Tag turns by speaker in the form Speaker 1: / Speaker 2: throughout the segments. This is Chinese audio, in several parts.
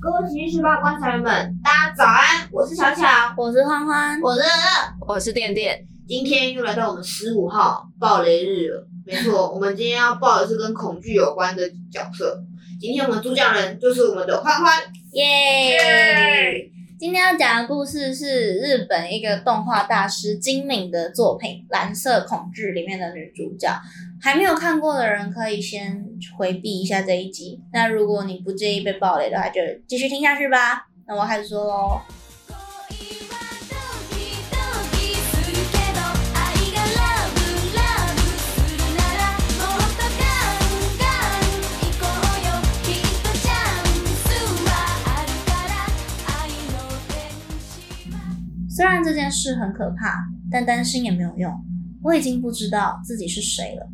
Speaker 1: 各位《情绪时报》观察人们，大家早安！我是小巧，
Speaker 2: 我是欢欢，
Speaker 1: 我是乐乐。
Speaker 3: 我是店店，
Speaker 1: 今天又来到我们十五号暴雷日了，没错，我们今天要爆的是跟恐惧有关的角色。今天我们主讲人就是我们的欢欢，
Speaker 2: 耶！今天要讲的故事是日本一个动画大师金敏的作品《蓝色恐惧》里面的女主角。还没有看过的人可以先回避一下这一集。那如果你不介意被暴雷的话，就继续听下去吧。那我开始说喽。
Speaker 4: 恋はドキドキするけど愛がラブラブするならもっとガンガン行こうよきっとチャンスはあるから愛の天使は
Speaker 2: 虽然这件事很可怕，但担心也没有用。我已经不知道自己是谁了。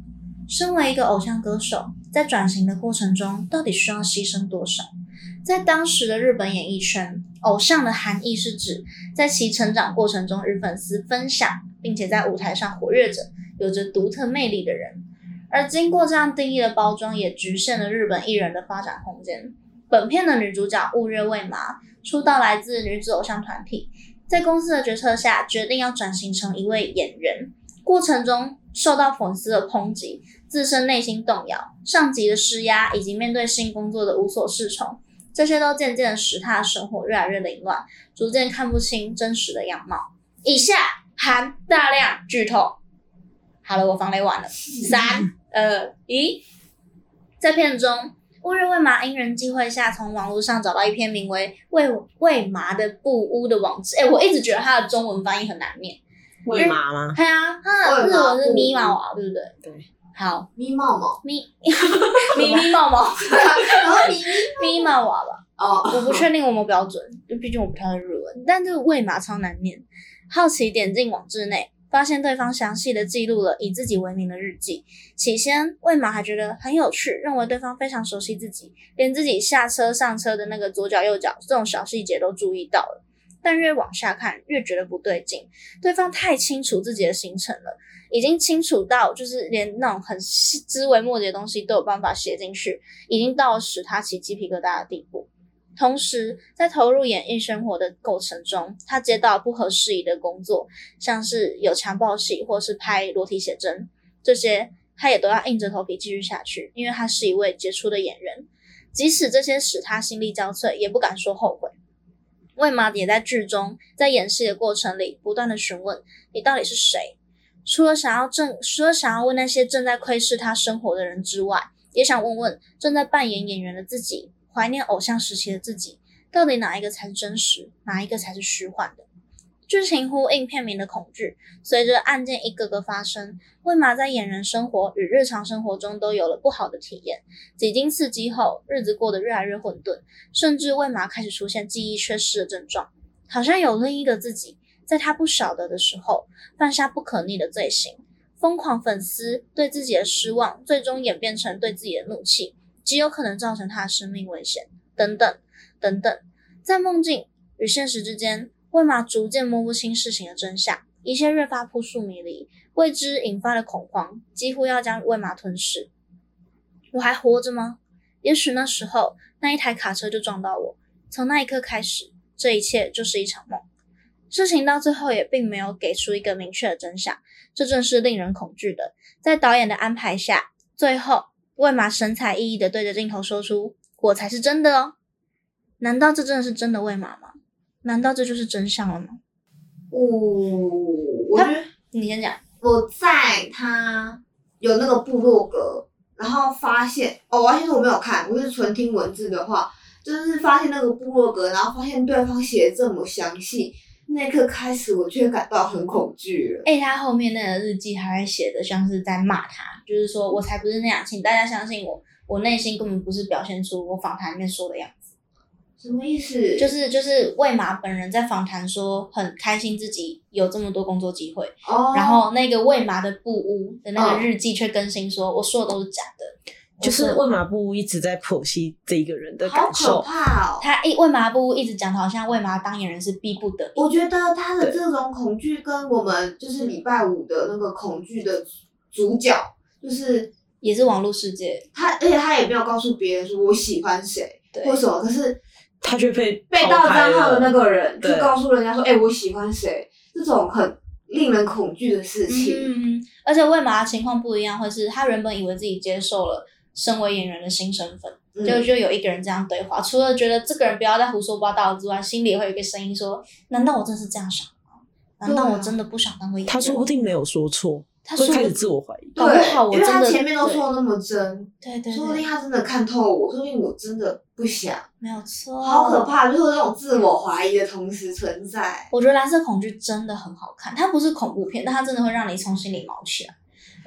Speaker 2: 身为一个偶像歌手，在转型的过程中，到底需要牺牲多少？在当时的日本演艺圈，偶像的含义是指在其成长过程中与粉丝分享，并且在舞台上活跃着，有着独特魅力的人。而经过这样定义的包装，也局限了日本艺人的发展空间。本片的女主角雾月未麻出道来自女子偶像团体，在公司的决策下，决定要转型成一位演员。过程中受到粉丝的抨击，自身内心动摇，上级的施压，以及面对新工作的无所适从，这些都渐渐地使他的生活越来越凌乱，逐渐看不清真实的样貌。以下含大量剧透。好了，我防雷完了。三、二、一。在片中，乌日为麻因人际会下，从网络上找到一篇名为“为为麻的布屋”的网址。哎、我一直觉得它的中文翻译很难念。
Speaker 3: 喂麻吗？
Speaker 2: 对啊，它的
Speaker 1: 为
Speaker 2: 日
Speaker 1: 麻
Speaker 2: 文是
Speaker 1: 布
Speaker 2: 咪
Speaker 1: 屋
Speaker 2: 毛啊，对不对？
Speaker 3: 对。
Speaker 2: 好，
Speaker 1: 咪茂茂，
Speaker 2: 咪咪咪毛毛
Speaker 1: 然后咪
Speaker 2: 咪毛娃吧。
Speaker 1: 哦，
Speaker 2: 我不确定我有没有标准，就毕竟我不太会日文。但这个喂马超难念。好奇点进网志内，发现对方详细的记录了以自己为名的日记。起先，喂马还觉得很有趣，认为对方非常熟悉自己，连自己下车上车的那个左脚右脚这种小细节都注意到了。但越往下看，越觉得不对劲，对方太清楚自己的行程了，已经清楚到就是连那种很细枝微末节的东西都有办法写进去，已经到了使他起鸡皮疙瘩的地步。同时，在投入演艺生活的过程中，他接到不合时宜的工作，像是有强暴戏或是拍裸体写真这些，他也都要硬着头皮继续下去，因为他是一位杰出的演员。即使这些使他心力交瘁，也不敢说后悔。魏玛也在剧中，在演戏的过程里，不断的询问你到底是谁。除了想要正，除了想要问那些正在窥视他生活的人之外，也想问问正在扮演演员的自己，怀念偶像时期的自己，到底哪一个才是真实，哪一个才是虚幻的？剧情呼应片名的恐惧，随着案件一个个发生，魏玛在演员生活与日常生活中都有了不好的体验。几经刺激后，日子过得越来越混沌，甚至魏玛开始出现记忆缺失的症状，好像有另一个自己，在他不晓得的时候犯下不可逆的罪行。疯狂粉丝对自己的失望，最终演变成对自己的怒气，极有可能造成他的生命危险，等等等等。在梦境与现实之间，魏玛逐渐摸不清事情的真相，一切越发扑朔迷离，未知引发的恐慌几乎要将魏玛吞噬。我还活着吗？也许那时候那一台卡车就撞到我。从那一刻开始，这一切就是一场梦。事情到最后也并没有给出一个明确的真相。这正是令人恐惧的。在导演的安排下，最后魏玛神采奕奕的对着镜头说出：“我才是真的哦！”难道这真的是真的魏玛吗？难道这就是真相了吗？
Speaker 1: 呜，我觉得
Speaker 2: 你先讲。
Speaker 1: 我在他有那个部落格，然后发现哦，我要先说我没有看，我就是纯听文字的话，就是发现那个部落格，然后发现对方写的这么详细，那一刻开始我就会感到很恐惧了。
Speaker 2: 哎、他后面那个日记还会写的像是在骂他，就是说我才不是那样，请大家相信我，我内心根本不是表现出我访谈里面说的样子。
Speaker 1: 什么意思？
Speaker 2: 就是就是魏玛本人在访谈说很开心自己有这么多工作机会，
Speaker 1: 哦，
Speaker 2: 然后那个魏麻的布屋的那
Speaker 1: 嗯
Speaker 2: 个日记却更新说，我说的都是假的。
Speaker 3: 就是
Speaker 2: 我说
Speaker 3: 问马布一直在剖析这一个人的
Speaker 1: 好
Speaker 3: 感
Speaker 1: 可
Speaker 3: 受，
Speaker 1: 怕哦！
Speaker 2: 他一魏麻布屋一直讲的好像魏麻当演人是逼不得已。
Speaker 1: 我觉得他的这种恐惧跟我们就是礼拜五的那个恐惧的主角，就是
Speaker 2: 也是网络世界，
Speaker 1: 他，而且他也没有告诉别人说我喜欢谁
Speaker 2: 对嗯
Speaker 1: 或什么，可是
Speaker 3: 他却被
Speaker 1: 被盗
Speaker 3: 淘汰
Speaker 1: 账号的那
Speaker 3: 了
Speaker 1: 个人就
Speaker 3: 对
Speaker 1: 告诉人家说：“哎、我喜欢谁。”这种很令人恐惧的事情，
Speaker 2: 嗯，而且魏玛的情况不一样，会是他原本以为自己接受了身为演员的新身份，
Speaker 1: 嗯
Speaker 2: 就就有一个人这样对话，除了觉得这个人不要再胡说八道之外，心里也会有一个声音说：难道我真的是这样想的吗？难道
Speaker 1: 对啊
Speaker 2: 我真的不想当个演员？
Speaker 3: 他说不定没有说错，
Speaker 2: 他
Speaker 3: 会
Speaker 2: 说
Speaker 3: 开始自我怀疑。
Speaker 2: 搞不好
Speaker 1: 对，
Speaker 2: 我
Speaker 1: 因为他
Speaker 2: 真的
Speaker 1: 前面都说的那么真，
Speaker 2: 对对
Speaker 1: 说不
Speaker 2: 对
Speaker 1: 定，他真的看透我，说不定我真的不想，
Speaker 2: 没有错，
Speaker 1: 好可。怕，就是有这种自我怀疑的同时存在。
Speaker 2: 我觉得《蓝色恐惧》真的很好看，它不是恐怖片，但它真的会让你从心里毛起来，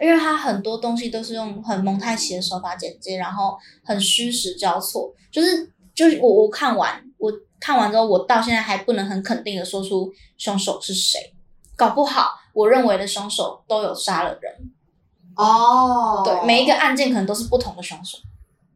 Speaker 2: 因为它很多东西都是用很蒙太奇的手法剪接，然后很虚实交错，就是就是我我看完我看完之后，我到现在还不能很肯定的说出凶手是谁，搞不好我认为的凶手都有杀了人，
Speaker 1: 哦，
Speaker 2: 对，每一个案件可能都是不同的凶手，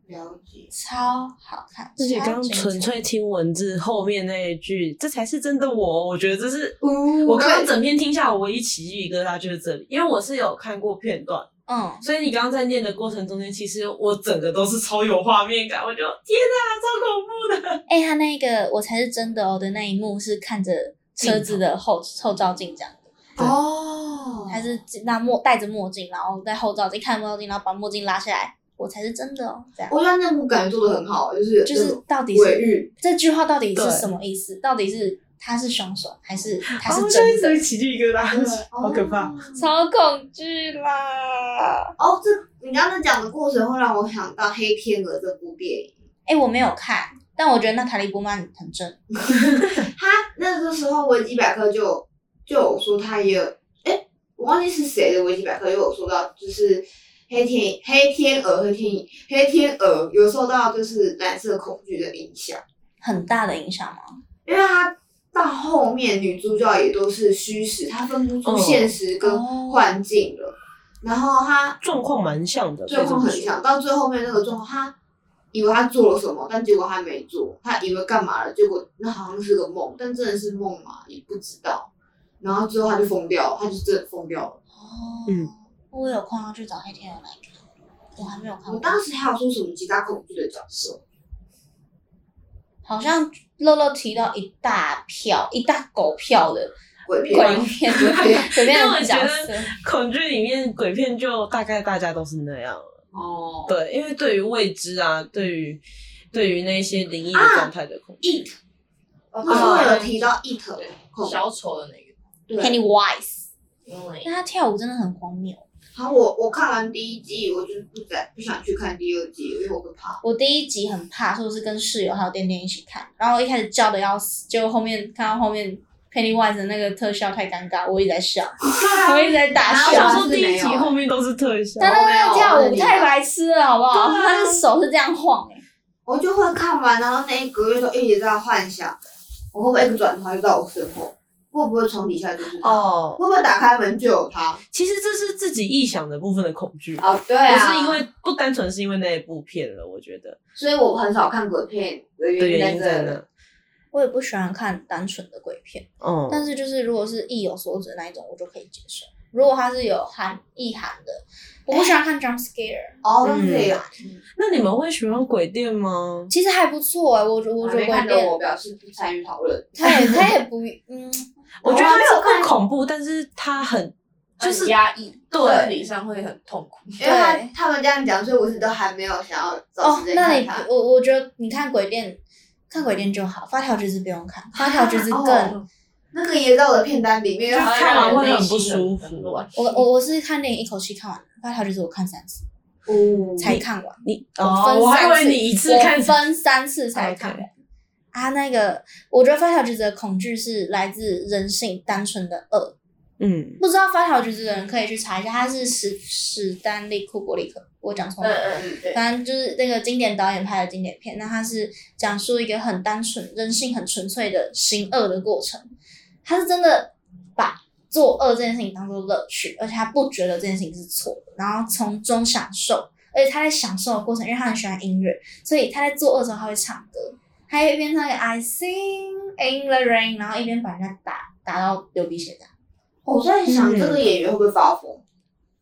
Speaker 1: 了解，
Speaker 2: 超好看，
Speaker 3: 而且
Speaker 2: 超
Speaker 3: 刚
Speaker 2: 精彩
Speaker 3: 纯粹听文字后面那一句，这才是真的我。我觉得这是
Speaker 2: 哦
Speaker 1: 嗯
Speaker 3: 我刚刚整篇听下来，我唯一起鸡皮疙瘩就是这里，因为我是有看过片段，
Speaker 2: 嗯，
Speaker 3: 所以你刚刚在念的过程中间，其实我整个都是超有画面感，我就天啊哪、超恐怖的。
Speaker 2: 哎、他那个我才是真的哦的那一幕是看着车子的后后照镜这样的，
Speaker 1: 哦，
Speaker 2: 他是那墨戴着墨镜，然后在后照镜看墨镜，然后把墨镜拉下来，我才是真的哦，这样
Speaker 1: 我觉得那部感觉做的很好，就是
Speaker 2: 就
Speaker 1: 那
Speaker 2: 是
Speaker 1: 种
Speaker 2: 到底
Speaker 1: 尾
Speaker 2: 是
Speaker 1: 韵，
Speaker 2: 这句话到底是
Speaker 3: 对
Speaker 2: 什么意思？到底是他是凶手还是他是
Speaker 3: 哦
Speaker 2: 真的？
Speaker 3: 就是起鸡皮疙瘩
Speaker 1: 对，
Speaker 3: 好可怕。
Speaker 1: 哦
Speaker 2: 超恐惧啦！
Speaker 1: 哦，这你刚才讲的过程会让我想到《黑天鹅》这部电影。
Speaker 2: 哎、我没有看，但我觉得娜塔莉波曼很正，
Speaker 1: 他那个时候维基百科就就有说他也有，哎、我忘记是谁的维基百科又有说到，就是黑天黑天鹅黑天黑天鹅有受到就是蓝色恐惧的影响，
Speaker 2: 很大的影响吗？
Speaker 1: 因为他到后面女主角也都是虚实，她分不出
Speaker 3: 嗯
Speaker 1: 现实
Speaker 2: 哦
Speaker 1: 跟幻境了，然后她
Speaker 3: 状况蛮像的，
Speaker 1: 最后很像，到最后面那个状况，他以为他做了什么，但结果他没做，他以为干嘛了，结果那好像是个梦，但真的是梦嘛，也不知道。然后最后他就疯掉了，他就真的疯掉了。
Speaker 2: 哦，
Speaker 3: 嗯
Speaker 2: 我有空要去找黑天鹅来看，我还没有看
Speaker 1: 我
Speaker 2: 过。
Speaker 1: 当时还有说什么其他恐惧的角色，
Speaker 2: 好像乐乐提到一大票、一大狗票的
Speaker 1: 鬼
Speaker 2: 鬼
Speaker 1: 片
Speaker 3: 怪
Speaker 1: 吗，
Speaker 2: 片，鬼片
Speaker 3: 但我
Speaker 2: 的
Speaker 3: 觉
Speaker 2: 角
Speaker 3: 得
Speaker 2: 色，
Speaker 3: 恐惧里面鬼片就大概大家都是那样，
Speaker 1: 哦，
Speaker 3: 对，因为对于未知啊，对于对于那些灵异的状态的恐惧，
Speaker 1: ，It，那时候哦有提到 It 恐
Speaker 5: 小丑的那个，
Speaker 1: 对。
Speaker 2: Pennywise，
Speaker 5: 因为
Speaker 2: 因为他跳舞真的很荒谬。
Speaker 1: 好，我我看完第一季，我就不再不想去看第二季，因为我会怕。
Speaker 2: 我第一集很怕，所以我是跟室友还有店店一起看，然后一开始叫的要死，结果后面看到后面 Pennywise 的那个特效太尴尬，我一直在 笑，啊我一直在大
Speaker 1: 然后我
Speaker 3: 我
Speaker 2: 笑
Speaker 1: 想。
Speaker 3: 想
Speaker 1: 说
Speaker 3: 说
Speaker 1: 第
Speaker 3: 第
Speaker 1: 一
Speaker 3: 一
Speaker 1: 集
Speaker 3: 集
Speaker 1: 后
Speaker 3: 后面都是啊特效，
Speaker 2: 但
Speaker 1: 没
Speaker 2: 他
Speaker 1: 有
Speaker 2: 那个跳
Speaker 1: 我
Speaker 2: 舞
Speaker 1: 理解
Speaker 2: 太白痴了，好不好？
Speaker 1: 对啊
Speaker 2: 他的手是这样晃、欸，
Speaker 1: 我就会看完，然后那一个月就一直在幻想，我会不会一个转头就到我身后？会不会床底下就是他？
Speaker 3: 哦，
Speaker 1: 会不会打开门就有他？
Speaker 3: 其实这是自己臆想的部分的恐惧，
Speaker 1: 哦，对
Speaker 3: 不是因，为不单纯是因为那一部片了，我觉得
Speaker 1: 所以我很少看鬼片的
Speaker 3: 的
Speaker 1: 原
Speaker 3: 原
Speaker 1: 因
Speaker 3: 因
Speaker 1: 在
Speaker 3: 在
Speaker 1: 这里。
Speaker 3: 哪？
Speaker 2: 我也不喜欢看单纯的鬼片。
Speaker 3: 哦，
Speaker 2: 但是就是如果是意有所指的那一种，我就可以接受。如果它是有含意涵的，我不喜欢看 jump scare，、
Speaker 1: 哦，那这样，
Speaker 3: 那你们会喜欢鬼店吗？
Speaker 2: 其实还不错哎、我觉我
Speaker 1: 我
Speaker 2: 觉得
Speaker 1: 没看
Speaker 2: 鬼
Speaker 1: 到我
Speaker 2: 店，
Speaker 1: 表示不参与讨论。
Speaker 2: 它也它也 不嗯，
Speaker 3: 我觉得
Speaker 1: 我没有
Speaker 3: 它
Speaker 1: 看
Speaker 3: 是不恐怖，但是它很就是
Speaker 5: 很压抑，
Speaker 3: 对
Speaker 5: 生理上会很痛苦。
Speaker 1: 因为他他们这样讲，所以我是都还没有想要找
Speaker 2: 哦
Speaker 1: 时，间
Speaker 2: 那
Speaker 1: 看
Speaker 2: 你
Speaker 1: 他。
Speaker 2: 我我觉得你看鬼店，看鬼店就好，发条橘子不用看，发条橘子
Speaker 3: 啊
Speaker 2: 更、
Speaker 1: 哦那个也在我的片单里面，哦然
Speaker 3: 就
Speaker 1: 后
Speaker 3: 看
Speaker 1: 让
Speaker 3: 完
Speaker 1: 我
Speaker 3: 会
Speaker 1: 内
Speaker 3: 很不
Speaker 1: 心的
Speaker 3: 舒
Speaker 5: 很
Speaker 3: 服啊
Speaker 5: 乱。
Speaker 2: 我我我是看电影一口气看完，发条橘子我看三次
Speaker 1: 哦
Speaker 2: 才看完。
Speaker 3: 你
Speaker 2: 我
Speaker 3: 哦，
Speaker 2: 分
Speaker 3: 我还以
Speaker 2: 三
Speaker 3: 为
Speaker 2: 次，
Speaker 3: 你一次看
Speaker 2: 我分三次才看完。
Speaker 3: OK
Speaker 2: 啊，那个，我觉得发条橘子的恐惧是来自人性单纯的恶。
Speaker 3: 嗯，
Speaker 2: 不知道发条橘子的人可以去查一下，他是史史丹利库伯利克，我讲错
Speaker 5: 嗯
Speaker 2: 了。
Speaker 5: 嗯嗯，对。
Speaker 2: 反正就是那个经典导演拍的经典片，那他是讲述一个很单纯、人性很纯粹的行恶的过程。他是真的把作恶这件事情当做乐趣，而且他不觉得这件事情是错的，然后从中享受。而且他在享受的过程，因为他很喜欢音乐，所以他在作恶的时候他会唱歌，他一边唱那个 I sing in the rain，然后一边把人家打打到流鼻血这样。
Speaker 1: 我在想这个演员会不会发疯？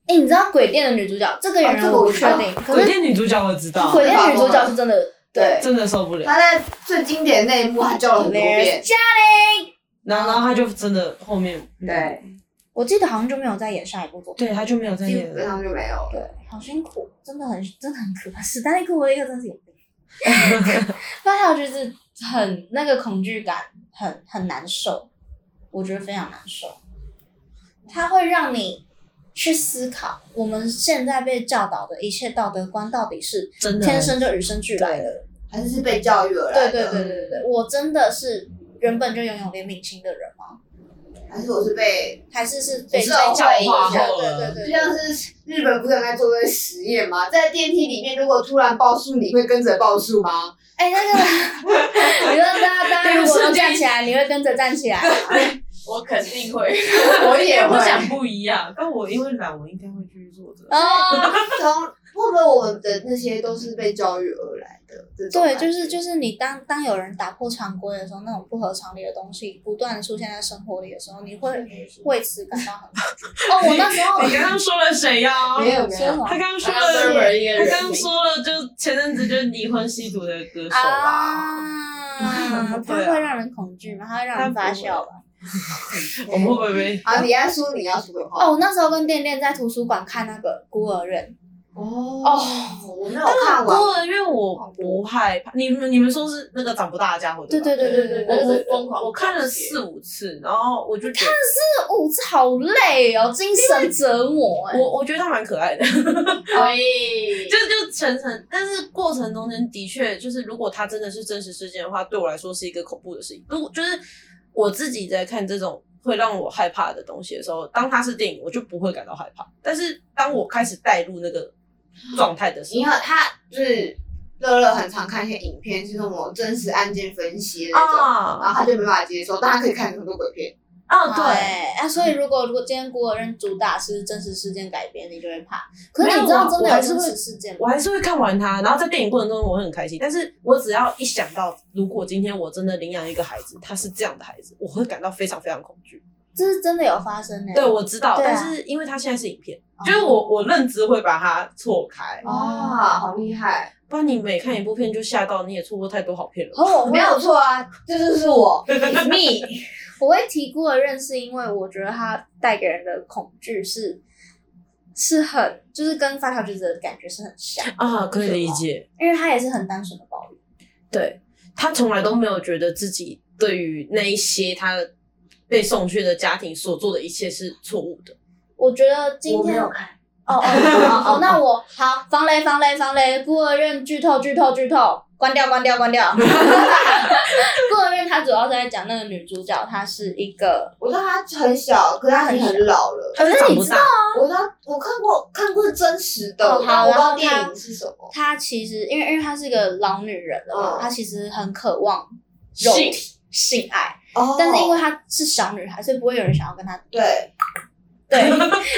Speaker 2: 哎、你知道鬼店的女主角这个演
Speaker 1: 哦这
Speaker 2: 员
Speaker 1: 个
Speaker 2: 我
Speaker 1: 我
Speaker 2: 不
Speaker 1: 知
Speaker 2: 确
Speaker 1: 道
Speaker 2: 定，可
Speaker 3: 鬼
Speaker 2: 是
Speaker 3: 店女主角我知道，
Speaker 2: 鬼店女主角是真的
Speaker 1: 对，
Speaker 3: 真的受 不了。
Speaker 1: 他在最经典那一幕，他叫了很多遍
Speaker 2: There's，Johnny。
Speaker 3: 然后，然后他就真的后面，嗯
Speaker 1: 对，
Speaker 2: 我记得好像就没有再演下一部作品。
Speaker 3: 对，他就没有再
Speaker 1: 基
Speaker 3: 演
Speaker 1: 本
Speaker 2: 嗯
Speaker 3: 了。
Speaker 1: 上就没有了。
Speaker 2: 对，好辛苦，真的很真的很可怕。史丹利库伯一个真是有病，但还有就是很那个恐惧感很很难受，我觉得非常难受。它会让你去思考，我们现在被教导的一切道德观到底是
Speaker 3: 真的
Speaker 2: 天生就与生俱来的。
Speaker 1: 还是是被教育而来
Speaker 2: 对
Speaker 1: 的。
Speaker 2: 对对对对，我真的是原本就拥有怜悯心的人吗？
Speaker 1: 还是我是被，
Speaker 2: 还是是被
Speaker 1: 你
Speaker 2: 被
Speaker 1: 是
Speaker 2: 教
Speaker 1: 有
Speaker 2: 育
Speaker 1: 化
Speaker 2: 下？
Speaker 3: 后
Speaker 2: 对
Speaker 3: 了
Speaker 2: 对对
Speaker 1: 就
Speaker 2: 对，
Speaker 1: 像是日本不是有在做这个实验吗？在电梯里面，如果突然报数，你会跟着报数 吗？
Speaker 2: 哎、那个，你说大家大家如果都站起来，你会跟着站起来吗？
Speaker 5: 我肯定会，
Speaker 1: 我也
Speaker 3: 我
Speaker 1: 会。
Speaker 3: 想不一样，但我因为懒，我应该会继续做的。
Speaker 2: 哦，
Speaker 1: 从会不会我们的那些都是被教育而来的？这种
Speaker 2: 对，
Speaker 1: 感觉
Speaker 2: 就是就是你当当有人打破常规的时候，那种不合常理的东西不断的出现在生活里的时候，你会为此感到很恐惧。哦，我那时候
Speaker 3: 你刚刚说了谁呀？
Speaker 1: 没有
Speaker 2: 说
Speaker 1: 没
Speaker 2: 什
Speaker 1: 有。
Speaker 2: 么
Speaker 3: 他刚刚说
Speaker 5: 他
Speaker 3: 了，
Speaker 5: 们一个
Speaker 3: 他
Speaker 5: 人
Speaker 3: 刚刚说了，就前阵子就是离婚吸毒的歌手吧。
Speaker 2: 啊？它
Speaker 3: 对啊
Speaker 2: 会让人恐惧吗？它会让人发笑吧？
Speaker 3: 我们会不会被？
Speaker 1: 啊，你要说你要说的话
Speaker 2: 哦，我那时候跟店店在图书馆看那个《孤儿院
Speaker 1: 哦
Speaker 2: 哦
Speaker 1: 我没有看
Speaker 3: 孤
Speaker 1: 完，
Speaker 3: 儿院我不害怕，你们你们说是那个长不大的家伙》。
Speaker 2: 对
Speaker 3: 吧
Speaker 2: 对对对对
Speaker 5: 我
Speaker 2: 对，
Speaker 5: 我
Speaker 2: 对
Speaker 5: 疯狂
Speaker 3: 我看了四五次，然后我就觉得
Speaker 2: 这舞姿好累哦，精神折磨哎。
Speaker 3: 我我觉得他蛮可爱的，
Speaker 5: 哎，
Speaker 3: 就就全程，但是过程中间的确就是，如果它真的是真实事件的话，对我来说是一个恐怖的事情。如果就是我自己在看这种会让我害怕的东西的时候，当它是电影，我就不会感到害怕。但是当我开始带入那个状态的时
Speaker 1: 因
Speaker 3: 候，
Speaker 1: 为他就是乐乐很常看一些影片，是那种真实案件分析的那种，然
Speaker 3: 啊
Speaker 1: 后他就没办法接受，但他可以看很多鬼片。
Speaker 3: 啊，对，
Speaker 2: 哎、啊，所以如果如果今天孤儿院主打是真实事件改编，你就会怕。可
Speaker 3: 没
Speaker 2: 是
Speaker 3: 有啊
Speaker 2: 你知道真
Speaker 3: 我
Speaker 2: 的
Speaker 3: 还
Speaker 2: 有
Speaker 3: 是
Speaker 2: 真
Speaker 3: 会
Speaker 2: 实事件
Speaker 3: 我
Speaker 2: 吗？
Speaker 3: 还是会看完它，然后在电影过程中我会很开心。但是我只要一想到，如果今天我真的领养一个孩子，他是这样的孩子，我会感到非常非常恐惧。
Speaker 2: 这是真的有发生的、
Speaker 3: 对，我知道，
Speaker 2: 对啊
Speaker 3: 但是因为它现在是影片，嗯就是我我认知会把它错开，
Speaker 1: 哇，哦好厉害！
Speaker 3: 不然你每看一部片就吓到，你也错过太多好片了。
Speaker 2: 和我
Speaker 1: 没
Speaker 2: 会
Speaker 1: 有错啊，这就是 我 It's，me。
Speaker 2: 我会提孤儿院，是因为我觉得它带给人的恐惧是是很就是跟发条橘子的感觉是很像，
Speaker 3: 啊，可以理解。
Speaker 2: 因为它也是很单纯的暴力。
Speaker 3: 对他从来都没有觉得自己对于那一些他被送去的家庭所做的一切是错误的。
Speaker 2: 我觉得今天哦
Speaker 1: 看，
Speaker 2: 哦哦哦，那我好防雷防雷防雷，孤儿院剧透剧透剧透，关掉关掉关掉。 孤儿院它主要是在讲那个女主角，她是一个
Speaker 1: 我知道他很小，可是他已经很老了。
Speaker 3: 可是你知道，
Speaker 1: 我知道我看过看过真实的，
Speaker 2: 哦好
Speaker 1: 但我不知
Speaker 2: 然后
Speaker 1: 道电
Speaker 2: 他
Speaker 1: 影是什么。
Speaker 2: 她其实因为因为她是个老女人了
Speaker 1: 嗯
Speaker 2: 嘛，她其实很渴望肉体性爱，
Speaker 1: 哦
Speaker 2: 但是因为她是小女孩，所以不会有人想要跟她
Speaker 1: 对，
Speaker 2: 对，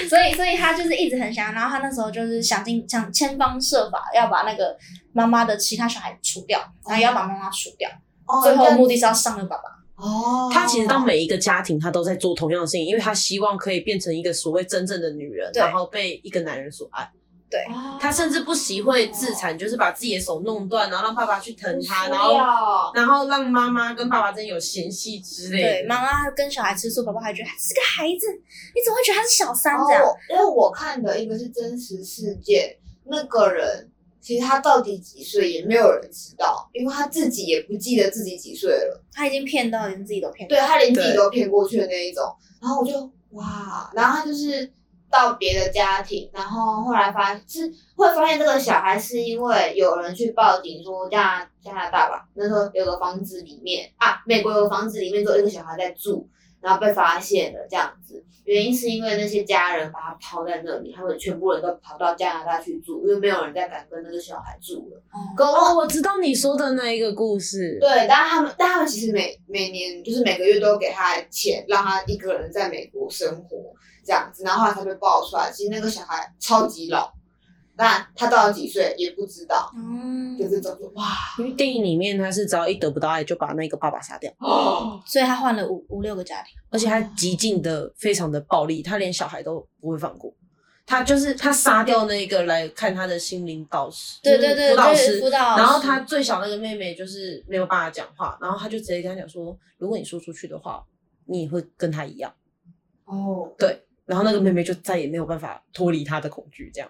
Speaker 2: 所以所以她就是一直很想要，然后她那时候就是想尽想千方设法要把那个妈妈的其他小孩除掉，
Speaker 3: 嗯
Speaker 2: 然后也要把妈妈除掉，
Speaker 1: 哦
Speaker 2: 最后
Speaker 1: 但
Speaker 2: 目的是要上了爸爸。
Speaker 1: 哦，
Speaker 3: 他其实到每一个家庭，他都在做同样的事情，因为他希望可以变成一个所谓真正的女人，
Speaker 2: 对
Speaker 3: 然后被一个男人所爱。
Speaker 1: 哦
Speaker 3: 他甚至不惜会自残，就是把自己的手弄断，然后让爸爸去疼他，
Speaker 1: 不
Speaker 3: 然后
Speaker 1: 要
Speaker 3: 然后让妈妈跟爸爸之间有嫌隙之类的。
Speaker 2: 对，妈妈跟小孩吃醋，爸爸还觉得她是个孩子，你怎么会觉得她是小三
Speaker 1: 然后
Speaker 2: 这样？
Speaker 3: 哦
Speaker 1: 我哦因为我看的一个是真实事件，那个人其实他到底几岁也没有人知道，因为他自己也不记得自己几岁了，
Speaker 2: 她已经骗到连自己都骗到。
Speaker 1: 对他连自己
Speaker 3: 对
Speaker 1: 都骗过去的那一种。然后我就哇，然后他就是到别的家庭，然后后来发是会发现这个小孩是因为有人去报警说加拿加拿大吧，那时候有个房子里面啊，美国有个房子里面只有一个小孩在住，然后被发现了这样子。原因是因为那些家人把他抛在那里，他们全部人都跑到加拿大去住，因为没有人再敢跟那个小孩住了。
Speaker 2: 哦
Speaker 1: 跟
Speaker 3: 哦，我知道你说的那一个故事。
Speaker 1: 对，但他们但他们其实每每年就是每个月都给他钱，让他一个人在美国生活这样子，然后后来才被爆出来，其实那个小孩超级老，但他到了几岁也不知道，
Speaker 2: 嗯
Speaker 1: 就这种就哇
Speaker 3: 因为电影里面他是只要一得不到爱就把那个爸爸杀掉，
Speaker 1: 哦，
Speaker 2: 所以她换了五五六个家庭。
Speaker 3: 而且他极尽的非常的暴力，他连小孩都不会放过。他就是他杀掉那一个来看他的心灵导师，
Speaker 2: 对
Speaker 3: 就
Speaker 2: 对
Speaker 3: 是
Speaker 2: 对
Speaker 3: 辅导
Speaker 2: 对
Speaker 3: 师，
Speaker 2: 辅导
Speaker 3: 然后
Speaker 2: 师
Speaker 3: 他最小那个妹妹就是没有办法讲话，然后他就直接跟他讲说，如果你说出去的话，你也会跟他一样。
Speaker 1: 哦，
Speaker 3: 然后那个妹妹就再也没有办法脱离他的恐惧，这样。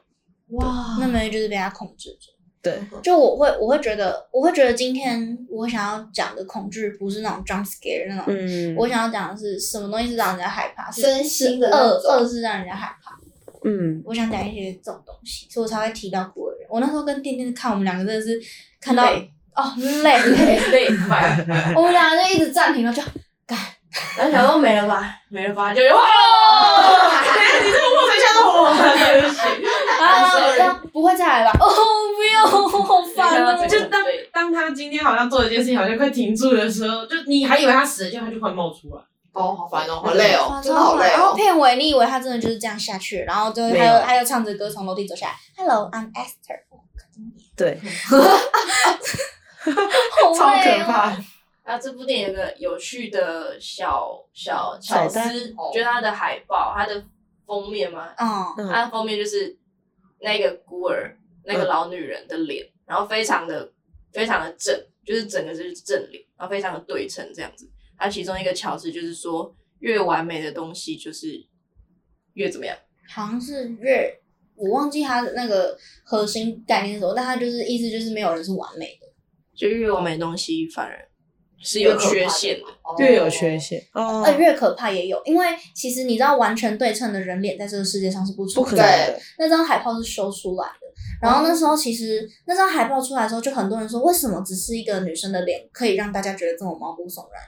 Speaker 1: 哇，
Speaker 2: 那妹妹就是被他控制住。
Speaker 3: 对，
Speaker 2: 就我会我会觉得我会觉得今天我想要讲的恐惧不是那种 jump scare 那种，
Speaker 3: 嗯
Speaker 2: 我想要讲的是什么东西是让人家害怕，是
Speaker 1: 身心的
Speaker 2: 是
Speaker 1: 那
Speaker 2: 恶
Speaker 1: 种
Speaker 2: 恶是让人家害怕。
Speaker 3: 嗯，
Speaker 2: 我想讲一些这种东西，所以我才会提到孤儿人。我那时候跟店店看，我们两个真的是看到
Speaker 5: 累
Speaker 2: 哦 累，
Speaker 5: 累坏了，
Speaker 2: 我们两个就一直暂停了，就
Speaker 5: 然后想说没了吧，没了吧，就哇，
Speaker 3: 你这个我没想 到我，
Speaker 2: 啊，
Speaker 5: sorry
Speaker 2: 然后不会再来吧？哦，不用，好烦哦。
Speaker 3: 就当当他今天好像做了一件事情，好像快停住的时候，就你还以为他死了，结果他就快冒出来。
Speaker 1: 哦，好烦哦，好累哦，真的好累
Speaker 2: 然后
Speaker 1: 哦。
Speaker 2: 片尾你以为他真的就是这样下去，然后就
Speaker 3: 没
Speaker 2: 还
Speaker 3: 有
Speaker 2: 有还有唱着歌从楼梯走下来，Hello, I'm Esther。
Speaker 3: 对，
Speaker 2: 好累哦。
Speaker 3: 怕。
Speaker 5: 然后啊这部电影有个有趣的小小巧
Speaker 3: 彩蛋
Speaker 5: 思，就是它的海报，它的封面嘛，
Speaker 2: 嗯，
Speaker 3: 嗯
Speaker 5: 它的封面就是那个孤儿那个老女人的脸，然后非常的非常的正，就是整个就是正脸，然后非常的对称这样子。它其中一个巧思就是说，越完美的东西就是越怎么样？
Speaker 2: 好像是越我忘记他的那个核心概念是什么，但他就是意思就是没有人是完美的。
Speaker 5: 就越完美的东西反而是有缺陷的。
Speaker 1: 哦
Speaker 3: 陷哦
Speaker 1: 嗯
Speaker 2: 呃，越可怕也有，因为其实你知道，完全对称的人脸在这个世界上是不存在的。
Speaker 1: 对，
Speaker 2: 那张海报是修出来的。然后那时候其实那张海报出来的时候，就很多人说，为什么只是一个女生的脸可以让大家觉得这么毛骨悚然？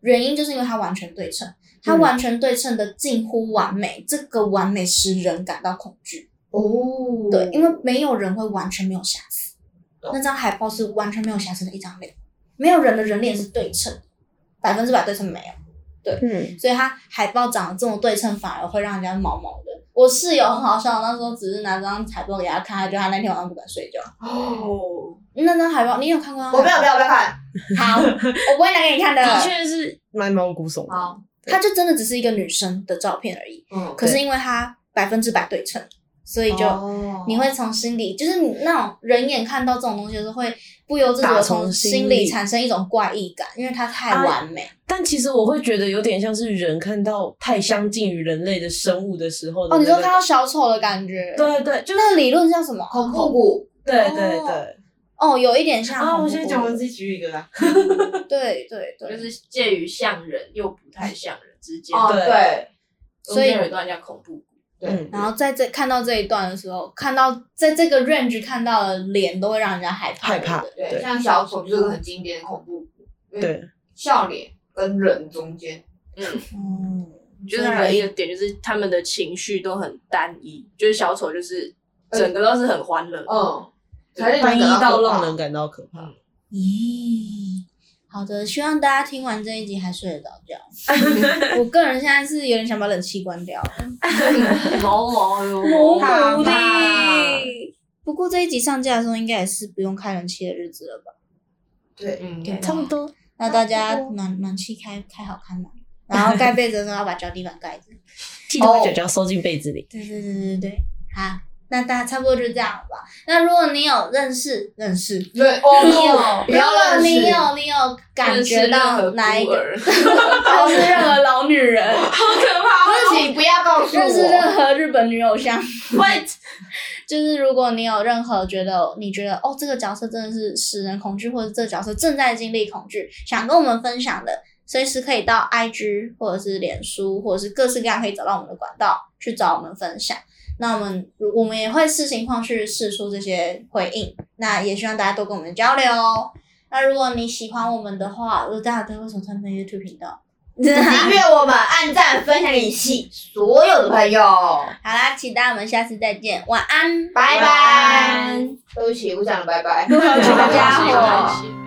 Speaker 2: 原因就是因为它完全对称，它
Speaker 3: 嗯
Speaker 2: 完全对称的近乎完美，这个完美使人感到恐惧。
Speaker 1: 哦，
Speaker 2: 对，因为没有人会完全没有瑕疵，那张海报是完全没有瑕疵的一张脸，没有人的人脸是对称的，百分之百对称没有。
Speaker 3: 嗯，
Speaker 2: 所以它海报长得这么对称，反而会让人家毛毛的。我室友很好笑，那时候只是拿张海报给他看，他觉得他那天晚上不敢睡觉。
Speaker 5: 哦，
Speaker 2: 那张海报你有看过吗？
Speaker 1: 我没有没有没有看，
Speaker 2: 好，我不会拿给你看的。
Speaker 3: 的确是蛮毛骨悚然。
Speaker 1: 好，
Speaker 2: 它就真的只是一个女生的照片而已。
Speaker 1: 嗯，
Speaker 2: 可是因为它百分之百对称，所以就
Speaker 1: 哦
Speaker 2: 你会从心里，就是你那种人眼看到这种东西，的时候，会不由自主
Speaker 3: 打
Speaker 2: 地
Speaker 3: 从
Speaker 2: 从
Speaker 3: 心
Speaker 2: 心
Speaker 3: 里
Speaker 2: 里产生一种怪异感，因为它太
Speaker 3: 啊
Speaker 2: 完美。
Speaker 3: 但其实我会觉得有点像是人看到太相近于人类的生物的时候的
Speaker 2: 哦，你
Speaker 3: 那
Speaker 2: 说
Speaker 3: 个
Speaker 2: 看到小丑的感觉？
Speaker 3: 对对，就
Speaker 2: 那个理论叫什么？
Speaker 1: 恐怖谷，
Speaker 3: 对对
Speaker 2: 哦
Speaker 3: 对。
Speaker 2: 哦，有一点像恐怖谷
Speaker 3: 完己举一个
Speaker 2: 啊
Speaker 3: 啦。
Speaker 2: 对对对，
Speaker 5: 就是介于像人又不太像人之间。
Speaker 1: 哦，
Speaker 3: 对
Speaker 1: 对，
Speaker 5: 中间有一段叫恐怖谷。
Speaker 3: 嗯
Speaker 1: 对，
Speaker 2: 然后在这看到这一段的时候，看到在这个 range 看到的脸都会让人家害怕。
Speaker 3: 害怕
Speaker 2: 对不对
Speaker 1: 对，
Speaker 3: 对
Speaker 1: 像小丑就是个很经典的恐怖谷，因为
Speaker 3: 对，
Speaker 1: 笑脸跟人中间，
Speaker 2: 嗯，
Speaker 5: 就是还有一个点，就是他们的情绪都很单一，就是小丑就是
Speaker 1: 呃
Speaker 5: 整个都是很欢乐，
Speaker 1: 嗯，才令人
Speaker 3: 单一
Speaker 1: 感
Speaker 3: 到
Speaker 1: 可怕
Speaker 3: 让人感到可怕。
Speaker 2: 咦，好的，希望大家听完这一集还睡得着觉。我个人现在是有点想把冷气关掉了，
Speaker 5: 毛毛哟，
Speaker 2: 毛的
Speaker 5: 怕。
Speaker 2: 不过这一集上架的时候，应该也是不用开冷气的日子了吧？
Speaker 1: 对，
Speaker 5: 嗯，
Speaker 2: 差不
Speaker 3: 多。
Speaker 2: 那大家暖暖气开开好开暖，然后盖被子的时候要把脚底板盖着。
Speaker 3: 记得把脚脚收进被子里。
Speaker 2: 对对对对对，嗯好，那大家差不多就这样了吧。那如果你有认识认识，
Speaker 1: 对，
Speaker 2: 你有
Speaker 1: 哦，不
Speaker 2: 如果
Speaker 1: 要
Speaker 2: 你
Speaker 1: 认识
Speaker 2: 有你有感觉到哪一 个，
Speaker 5: 认识
Speaker 2: 认识任何老女人，
Speaker 1: 不是，请不要告诉
Speaker 2: 认识
Speaker 1: 我，
Speaker 2: 任何日本女 偶像，
Speaker 5: 任何孤儿？
Speaker 2: 就是如果你有任何觉得你觉得哦这个角色真的是使人恐惧，或者这个角色正在经历恐惧，想跟我们分享的。随时可以到 IG 或者是脸书，或者是各式各样可以找到我们的管道去找我们分享。那我们我们也会视情况去试出这些回应，那也希望大家多跟我们交流哦。那如果你喜欢我们的话，如果大家为什么突然变 YouTube 频道？
Speaker 1: 订阅我们，按赞、分享给系所有的朋友。
Speaker 2: 好啦，期待我们下次再见，晚安，
Speaker 1: 拜
Speaker 5: 拜
Speaker 1: 拜。对不起，我讲了拜拜。
Speaker 2: 小
Speaker 5: 小
Speaker 2: 家伙。
Speaker 5: 伙。